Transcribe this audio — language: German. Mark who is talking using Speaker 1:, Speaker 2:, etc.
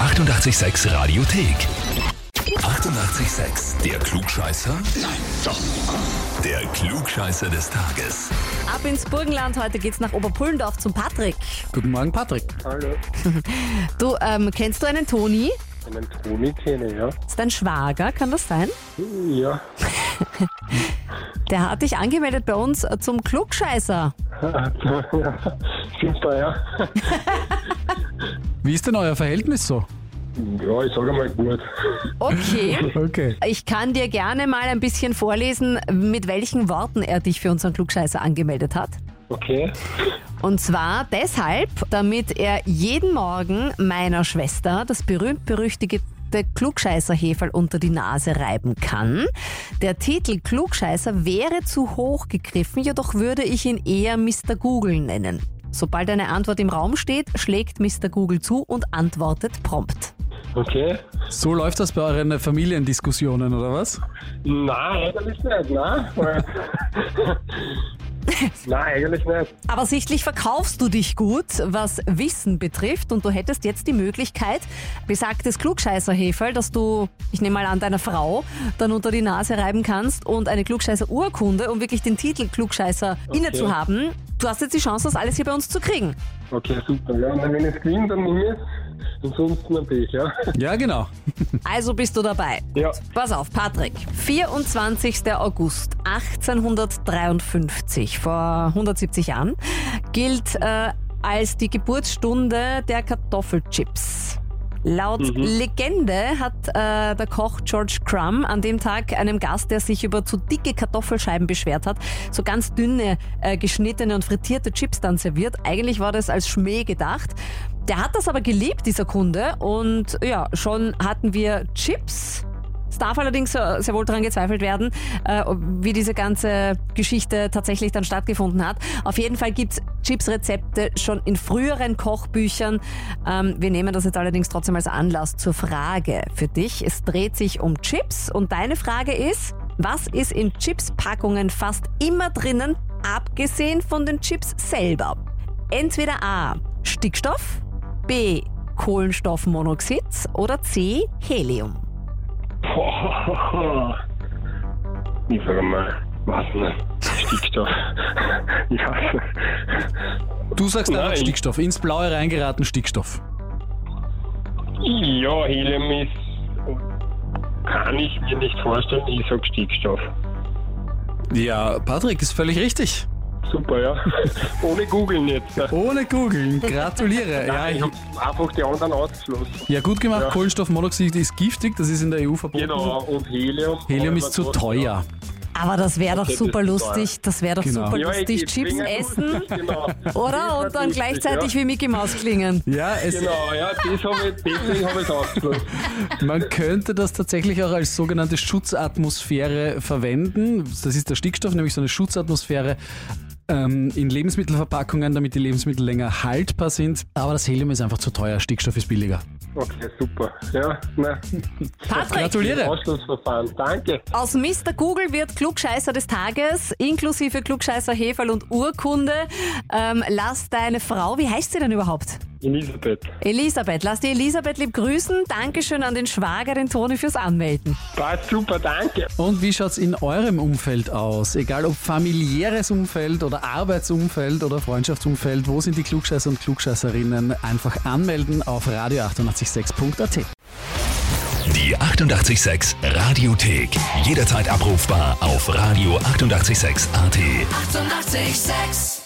Speaker 1: 886 Radiothek. 88,6. Der Klugscheißer? Nein, doch. Der Klugscheißer des Tages.
Speaker 2: Ab ins Burgenland, heute geht's nach Oberpullendorf zum Patrick.
Speaker 3: Guten Morgen, Patrick.
Speaker 4: Hallo,
Speaker 2: Du, ähm, kennst du einen Toni?
Speaker 4: einen Toni kenne ich, ja.
Speaker 2: Ist dein Schwager, kann das sein?
Speaker 4: Ja,
Speaker 2: Der hat dich angemeldet bei uns äh, zum Klugscheißer.
Speaker 4: ja. super, ja.
Speaker 3: Wie ist denn euer Verhältnis so?
Speaker 4: Ja, ich sage mal gut.
Speaker 2: Okay.
Speaker 3: Okay.
Speaker 2: Ich kann dir gerne mal ein bisschen vorlesen, mit welchen Worten er dich für unseren Klugscheißer angemeldet hat.
Speaker 4: Okay,
Speaker 2: Und zwar deshalb, damit er jeden Morgen meiner Schwester das berühmt-berüchtigte Klugscheißer-Heferl unter die Nase reiben kann. Der Titel Klugscheißer wäre zu hoch gegriffen, jedoch würde ich ihn eher Mr. Google nennen. Sobald eine Antwort im Raum steht, schlägt Mr. Google zu und antwortet prompt.
Speaker 4: okay.
Speaker 3: So läuft das bei euren Familiendiskussionen, oder was?
Speaker 4: Nein, eigentlich nicht, nein. nein, eigentlich nicht.
Speaker 2: Aber sichtlich verkaufst du dich gut, was Wissen betrifft und du hättest jetzt die Möglichkeit, besagtes Klugscheißer-Heferl, das du, ich nehme mal an, deiner Frau dann unter die Nase reiben kannst und eine Klugscheißer-Urkunde, um wirklich den Titel Klugscheißer inne zu haben. Du hast jetzt die Chance, das alles hier bei uns zu kriegen.
Speaker 4: Okay, super, ja. Und wenn ich es gewinne, dann nehme ich es. Ansonsten ein Pech, ja.
Speaker 3: Ja, genau.
Speaker 2: Also bist du dabei.
Speaker 4: Ja.
Speaker 2: Pass auf, Patrick. 24. August 1853, vor 170 Jahren, gilt äh, als die Geburtsstunde der Kartoffelchips. Laut Legende hat äh, der Koch George Crumb an dem Tag einem Gast, der sich über zu dicke Kartoffelscheiben beschwert hat, so ganz dünne, äh, geschnittene und frittierte Chips dann serviert. Eigentlich war das als Schmäh gedacht. Der hat das aber geliebt, dieser Kunde. Und ja, schon hatten wir Chips. Es darf allerdings äh, sehr wohl daran gezweifelt werden, äh, ob- wie diese ganze Geschichte tatsächlich dann stattgefunden hat. Auf jeden Fall gibt's Chips-Rezepte schon in früheren Kochbüchern. Ähm, wir nehmen das jetzt allerdings trotzdem als Anlass zur Frage für dich. Es dreht sich um Chips und deine Frage ist, was ist in Chips-Packungen fast immer drinnen, abgesehen von den Chips selber? Entweder A. Stickstoff, B. Kohlenstoffmonoxid oder C. Helium.
Speaker 4: Boah. Ich sage mal, was denn? Stickstoff. ja.
Speaker 3: Du sagst einfach
Speaker 4: Nein.
Speaker 3: Stickstoff, ins Blaue reingeraten Stickstoff.
Speaker 4: Ja, Helium ist. Kann ich mir nicht vorstellen, ich sag Stickstoff.
Speaker 3: Ja, Patrick, ist völlig richtig.
Speaker 4: Super, ja. Ohne googeln jetzt. ne?
Speaker 3: Ohne googeln, gratuliere. ja,
Speaker 4: Ich
Speaker 3: ich,
Speaker 4: hab einfach die anderen ausgeschlossen.
Speaker 3: ja, gut gemacht,
Speaker 4: Ja.
Speaker 3: Kohlenstoffmonoxid ist giftig, das ist in der EU verboten.
Speaker 4: Genau, und Helium.
Speaker 3: Helium
Speaker 4: Aber
Speaker 3: ist zu
Speaker 4: was-
Speaker 3: teuer.
Speaker 2: Aber das wäre doch
Speaker 4: Okay, das
Speaker 2: super
Speaker 4: ist
Speaker 2: lustig. Das wäre doch
Speaker 3: Genau.
Speaker 2: super
Speaker 4: Ja, ich-
Speaker 2: lustig.
Speaker 4: ich
Speaker 2: Chips
Speaker 4: klinge-
Speaker 2: essen,
Speaker 4: Genau.
Speaker 2: oder? Und dann gleichzeitig
Speaker 4: Ja.
Speaker 2: wie Mickey Maus klingen.
Speaker 3: Ja, es,
Speaker 4: Genau, ja, das hab ich, deswegen habe ich es ausgeschlossen.
Speaker 3: Man könnte das tatsächlich auch als sogenannte Schutzatmosphäre verwenden. Das ist der Stickstoff, nämlich so eine Schutzatmosphäre ähm, in Lebensmittelverpackungen, damit die Lebensmittel länger haltbar sind. Aber das Helium ist einfach zu teuer, Stickstoff ist billiger.
Speaker 4: Okay, super. Ja, na,
Speaker 2: Patrick,
Speaker 3: Gratuliere!
Speaker 4: Ausschlussverfahren. Danke.
Speaker 2: aus Mr. Google wird Klugscheißer des Tages, inklusive Klugscheißer Heferl und Urkunde. Ähm, lass deine Frau, wie heißt sie denn überhaupt?
Speaker 4: Elisabeth.
Speaker 2: Elisabeth, lass die Elisabeth lieb grüßen. Dankeschön an den Schwager, den Toni, fürs Anmelden.
Speaker 4: Passt super, danke.
Speaker 3: Und wie schaut's in eurem Umfeld aus? Egal ob familiäres Umfeld oder Arbeitsumfeld oder Freundschaftsumfeld, wo sind die Klugscheißer und Klugscheißerinnen? Einfach anmelden auf radio886.at.
Speaker 1: Die 88,6 Radiothek. Jederzeit abrufbar auf radio886.at. 88,6.
Speaker 5: Eighty-eight, sex.